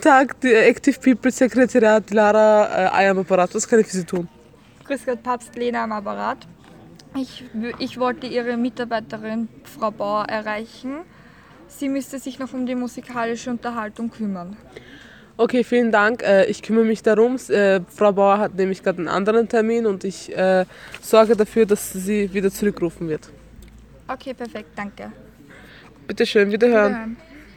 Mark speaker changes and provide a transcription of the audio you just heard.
Speaker 1: Tak, die Active People, Sekretariat, Lara, äh, Eier am Apparat. Was kann ich für Sie tun?
Speaker 2: Grüß Gott, Papst Lena am Apparat. Ich, wü- ich wollte Ihre Mitarbeiterin Frau Bauer erreichen. Sie müsste sich noch um die musikalische Unterhaltung kümmern.
Speaker 1: Okay, vielen Dank. Äh, ich kümmere mich darum. Äh, Frau Bauer hat nämlich gerade einen anderen Termin und ich äh, sorge dafür, dass sie wieder zurückrufen wird.
Speaker 2: Okay, perfekt, danke.
Speaker 1: Bitte schön, wiederhören.
Speaker 2: Wiederhören.